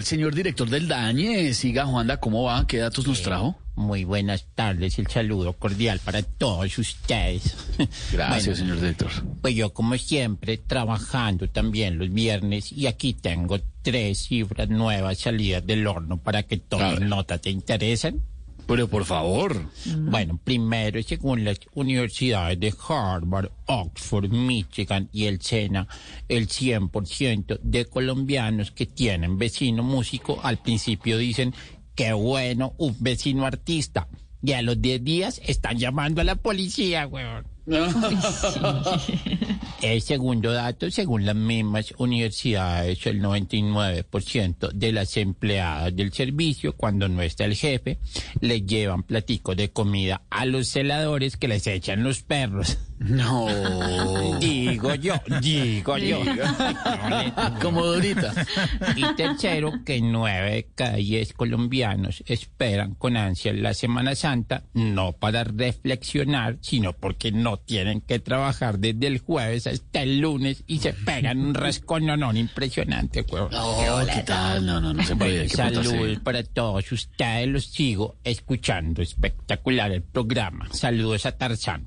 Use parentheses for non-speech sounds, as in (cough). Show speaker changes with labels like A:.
A: El señor director del DAÑE, siga Juanda, ¿cómo va? ¿Qué datos nos trajo?
B: Muy buenas tardes, el saludo cordial para todos ustedes.
A: Gracias,
B: Bueno,
A: señor director.
B: Pues yo como siempre trabajando también los viernes y aquí tengo tres cifras nuevas salidas del horno para que
A: A
B: todas
A: ver.
B: notas te interesen.
A: Pero por favor,
B: Bueno, primero, según las universidades de Harvard, Oxford, Michigan y el SENA, el 100% de colombianos que tienen vecino músico al principio dicen, qué bueno, un vecino artista. Y a los 10 días están llamando a la policía, weón. El segundo dato, según las mismas universidades, el 99% de las empleadas del servicio, cuando no está el jefe, le llevan platicos de comida a los celadores que les echan los perros.
A: (laughs) no. Oh.
B: Digo yo, digo
A: (laughs)
B: yo.
A: Como Dorita.
B: Y tercero, que nueve de cada diez colombianos esperan con ansia la Semana Santa, no para reflexionar, sino porque no tienen que trabajar desde el jueves hasta el lunes y se pegan un rascononón impresionante, huevón.
A: No, ¿qué tal? No, no, no se puede. hay que
B: Saludos
A: portarse.
B: para todos ustedes, los sigo escuchando, espectacular el programa. Saludos a Tarzán.